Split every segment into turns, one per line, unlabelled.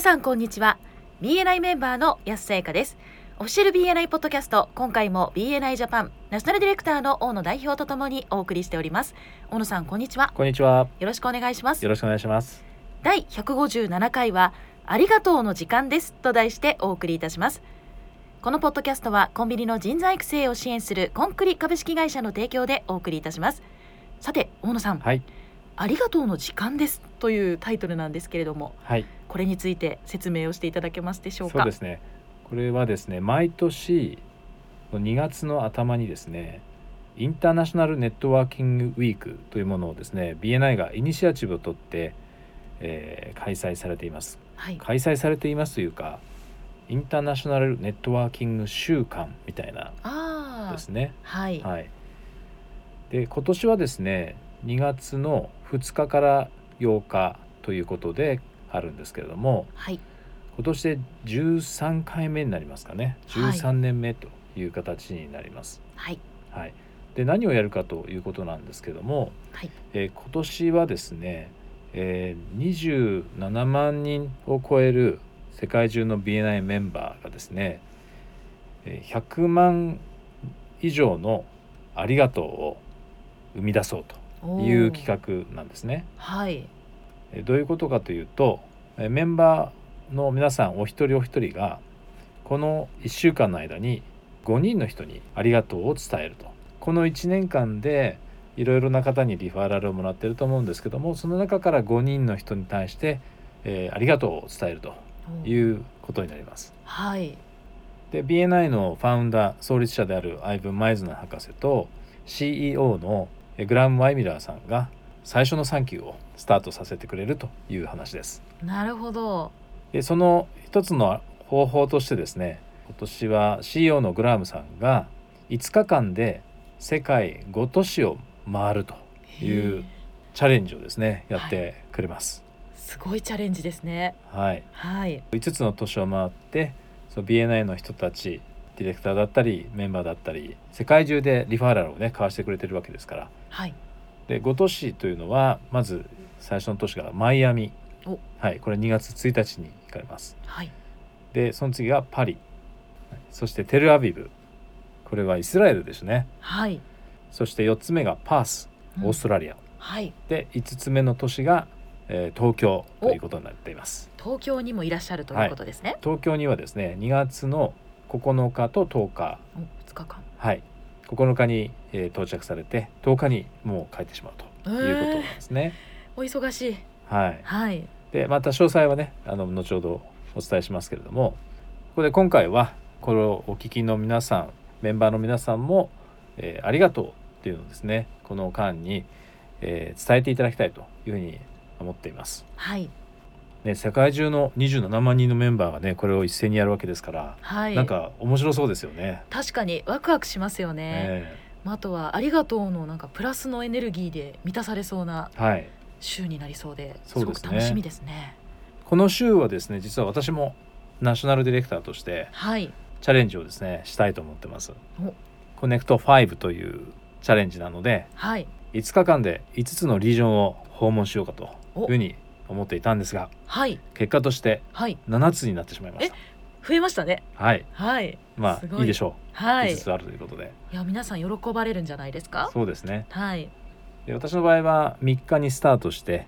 さんこんにちは BNI メンバーの安さやかですオフィシャル BNI ポッドキャスト今回も BNI ジャパンナショナルディレクターの大野代表とともにお送りしております大野さんこんにちは
こんにちは。
よろしくお願いします
よろしくお願いします。
第157回は「ありがとうの時間です」と題してお送りいたしますこのポッドキャストはコンビニの人材育成を支援するコンクリ株式会社の提供でお送りいたしますさて大野さん、
はい
ありがとうの時間ですというタイトルなんですけれども
はい。
これについて説明をしていただけますでしょうか
そうですね。これはですね、毎年2月の頭にですね、インターナショナルネットワーキングウィークというものをですね、BNI がイニシアチブを取って、えー開催されています。
はい、
開催されていますというか、インターナショナルネットワーキング週間みたいな
ああ
ですね。
はい、
はい。で今年はですね、2月の2日から8日ということであるんですけれども、
はい、
今年で13回目になりますかね
はい
13年目という形になります。
はい、
はいで何をやるかということなんですけども、
はい
えー今年はですね、えー27万人を超える世界中の BNI メンバーがですねえー100万以上の「ありがとう」を生み出そうと
おー
いう企画なんですね。
はい、
えーどういうことかというとえーメンバーの皆さんお一人お一人がこの1週間の間に5人の人にありがとうを伝えるとこの1年間でいろいろな方にリファラルをもらってると思うんですけどもその中から5人の人に対して、えーありがとうを伝えると
おー
いうことになります。
はい、
で BNI のファウンダー創立者であるアイブン・マイズナー博士と CEO のえーグラム・ワイミラーさんが最初の3級をスタートさせてくれるという話です。
なるほど、
でその一つの方法としてですね今年は CEO のグラムさんが5日間で世界5都市を回ると
へ
い
ー
うチャレンジをですねやってくれます。
すごいチャレンジですね。
はい、
はい、
5つの都市を回ってその BNI の人たちディレクターだったりメンバーだったり世界中でリファーラルをね交わしてくれてるわけですから
はい、
で5都市というのはまず最初の都市がマイアミ
お、
はい、これ2月1日に行かれます。
はい、
でその次がパリそしてテルアビブこれはイスラエルですね
はい、
そして4つ目がパース
うん
オーストラリア、
はい、
で5つ目の都市が、えー東京ということになっています
東京にもいらっしゃるということですね。
東京にはですね2月の9日と10日
お2日間。
はい9日に、えー到着されて10日にもう帰ってしまうということなんですね、
お忙しい。
はい
はい、
でまた詳細はねあの後ほどお伝えしますけれどもここで今回はこれをお聞きの皆さんメンバーの皆さんも、えーありがとうっていうのをですねこの間に、えー伝えていただきたいというふうに思っています。
はい、
ね、世界中の27万人のメンバーがねこれを一斉にやるわけですから、
はい。
なんか面白そうですよね。
確かにワクワクしますよね。
え
まああとはありがとうのなんかプラスのエネルギーで満たされそうな
えはい、
週になりそうで、
そうですす
ご
ね
く楽しみですね。
この週はですね実は私もナショナルディレクターとして
はい、
チャレンジをですねしたいと思ってます
お。
コネクト5というチャレンジなので
はい、
5日間で5つのリージョンを訪問しようかという
お
ふうに思っていたんですが
はい、
結果として
はい、
7つになってしまいました。
増えましたね。
はい
はい、
ますあ
ごい
いいでしょう、
はい。
5つあるということで
いや皆さん喜ばれるんじゃないですか。
そうですね
はい、
で私の場合は3日にスタートして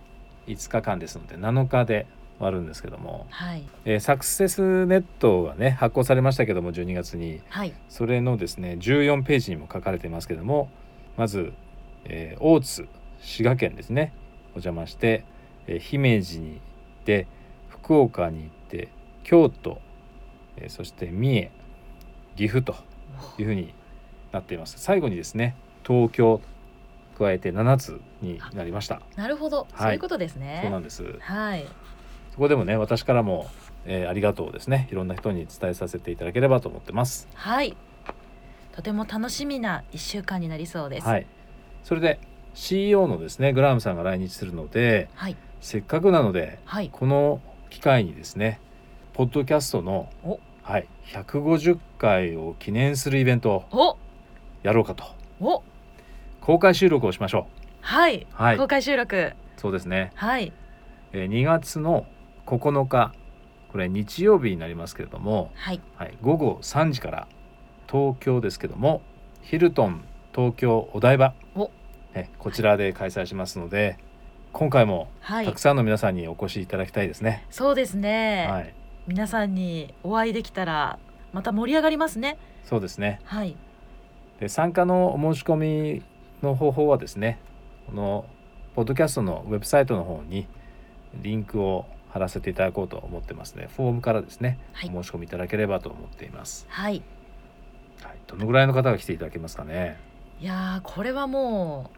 5日間ですので7日で終わるんですけども、
はい、
えーサクセスネットがね発行されましたけども12月に
はい、
それのですね14ページにも書かれていますけどもまず、えー大津滋賀県ですねお邪魔して、えー姫路に行って福岡に行って京都、えーそして三重岐阜というふうになっています最後にですね東京加えて7つになりました
なるほど、そういうことですね。
そうなんです
はい、
そこでもね私からも、えーありがとうをですねいろんな人に伝えさせていただければと思ってます
はい。とても楽しみな一週間になりそうです。
はい、それで CEO のですねグラムさんが来日するので
はい、
せっかくなので
はい、
この機会にですねポッドキャストの
お、
はい、150回を記念するイベントを
お、
やろうかと
お、
公開収録をしましょ
はい、
うはい
公開収録、
そうですね、
はい、
えー2月の9日ここれ日曜日になりますけれども、
はい
はい、午後3時から東京ですけどもヒルトン東京お台場
お、
ね、こちらで開催しますので今回も
は
た
い
くさんの皆さんにお越しいただきたいですね。
そうですね、
はい、
皆さんにお会いできたらまた盛り上がりますね
そうですね
はい
で参加のお申し込みの方法はですねこのポッドキャストのウェブサイトの方にリンクを貼らせていただこうと思ってますねフォームからですね、
はい
お申し込みいただければと思っています、
はい
はい、どのぐらいの方が来ていただけますかね
いやーこれはも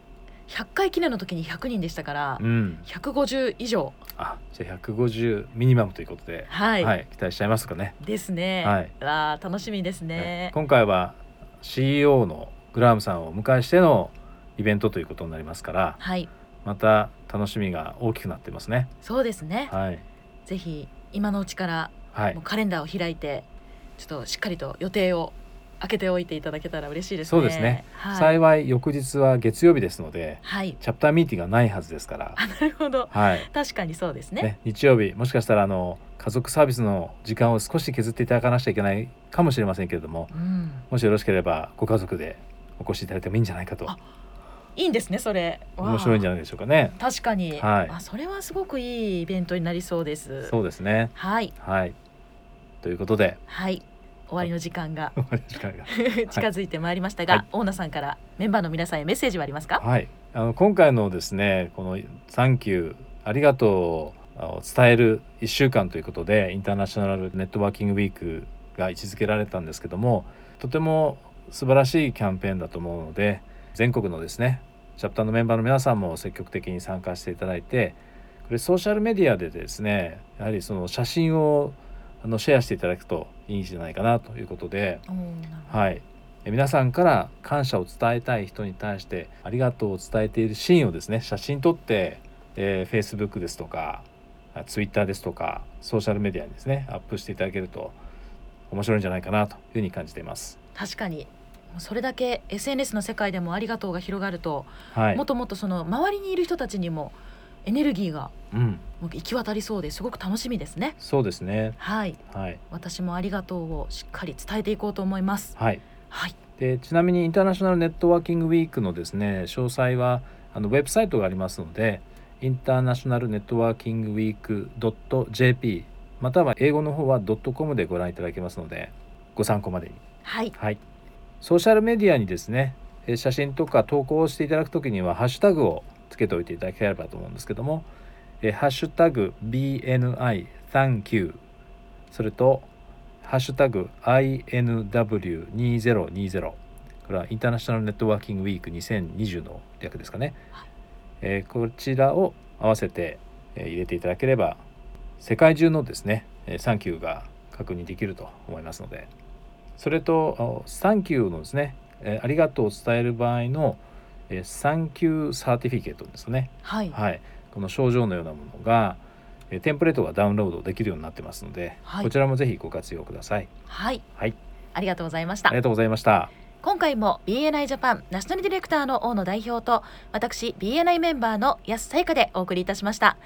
う100回記念の時に100人でしたから、
うん
150以上
あじゃあ150ミニマムということで、
は、
はいい期待しちゃいますかね、
ですね、
はい
わあ楽しみですね
今回は CEO のグラハムさんをお迎えしてのイベントということになりますから
はい
また楽しみが大きくなってますね
そうですね、
はい
ぜひ今のうちから
はい
もうカレンダーを開いてちょっとしっかりと予定を開けておいていただけたら嬉しいですね
そうですね
はい、
幸い翌日は月曜日ですので
はい、
チャプターミーティングがないはずですから、
あなるほど
はい
確かにそうですね
ね、日曜日もしかしたらあの家族サービスの時間を少し削っていただかなくちゃいけないかもしれませんけれども
うん
もしよろしければご家族でお越しいただいてもいいんじゃないかと
あいいんですねそれ
面白いんじゃ
ない
ないでしょうかね。
確かに、
はい
あそれはすごくいいイベントになりそうです
そうですね
はい
はいということで
はい終わりの時間が
時間が
近づいてまいりましたが、
はい
大野さんからメンバーの皆さんへメッセージはありますか
はいあの今回のですねこの「サンキューありがとう」を伝える1週間ということでインターナショナルネットワーキングウィークが位置づけられたんですけどもとても素晴らしいキャンペーンだと思うので全国のですねチャプターのメンバーの皆さんも積極的に参加していただいてこれソーシャルメディアでですねやはりその写真をあのシェアしていただくといいんじゃないかなということで
おーなるほど
はい、え皆さんから感謝を伝えたい人に対してありがとうを伝えているシーンをですね写真撮って、えー Facebook ですとかあ Twitter ですとかソーシャルメディアにですねアップしていただけると面白いんじゃないかなというふうに感じています。
確かにもうそれだけ SNS の世界でもありがとうが広がると、
はい
もっともっとその周りにいる人たちにもエネルギーが
うん、
もう行き渡りそうですごく楽しみですね
そうですね、
はい
はい
私もありがとうをしっかり伝えていこうと思います
はい、
はい
でちなみにインターナショナルネットワーキングウィークのですね詳細はあのウェブサイトがありますのでインターナショナルネットワーキングウィーク .jp または英語の方は .com でご覧いただけますのでご参考までに、
はい
はい、ソーシャルメディアにですねえー写真とか投稿をしていただくときにはハッシュタグをつけておいていただければと思うんですけども「えーハッシュタグ #BNI Thank You」それと「ハッシュタグ #INW2020」これはインターナショナルネットワーキングウィーク2020の略ですかね、
はい
えーこちらを合わせて、えー入れていただければ世界中のですね「えーサンキュー」が確認できると思いますのでそれと「サンキュー」のですね、えーありがとう」を伝える場合の「サンキューサーティフィケート」ですね、
はい
はい、この症状のようなものがえーテンプレートがダウンロードできるようになってますので、
はい
こちらもぜひご活用ください。
はい
はい、
ありがとうございました
ありがとうございました。
今回も BNI ジャパンナショナルディレクターの大野代表と私 BNI メンバーの安さゆかでお送りいたしました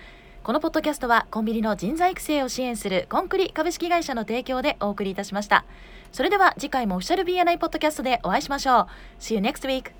このポッドキャストはコンビニの人材育成を支援するコンクリ株式会社の提供でお送りいたしましたそれでは次回もオフィシャル BNI ポッドキャストでお会いしましょう See you next week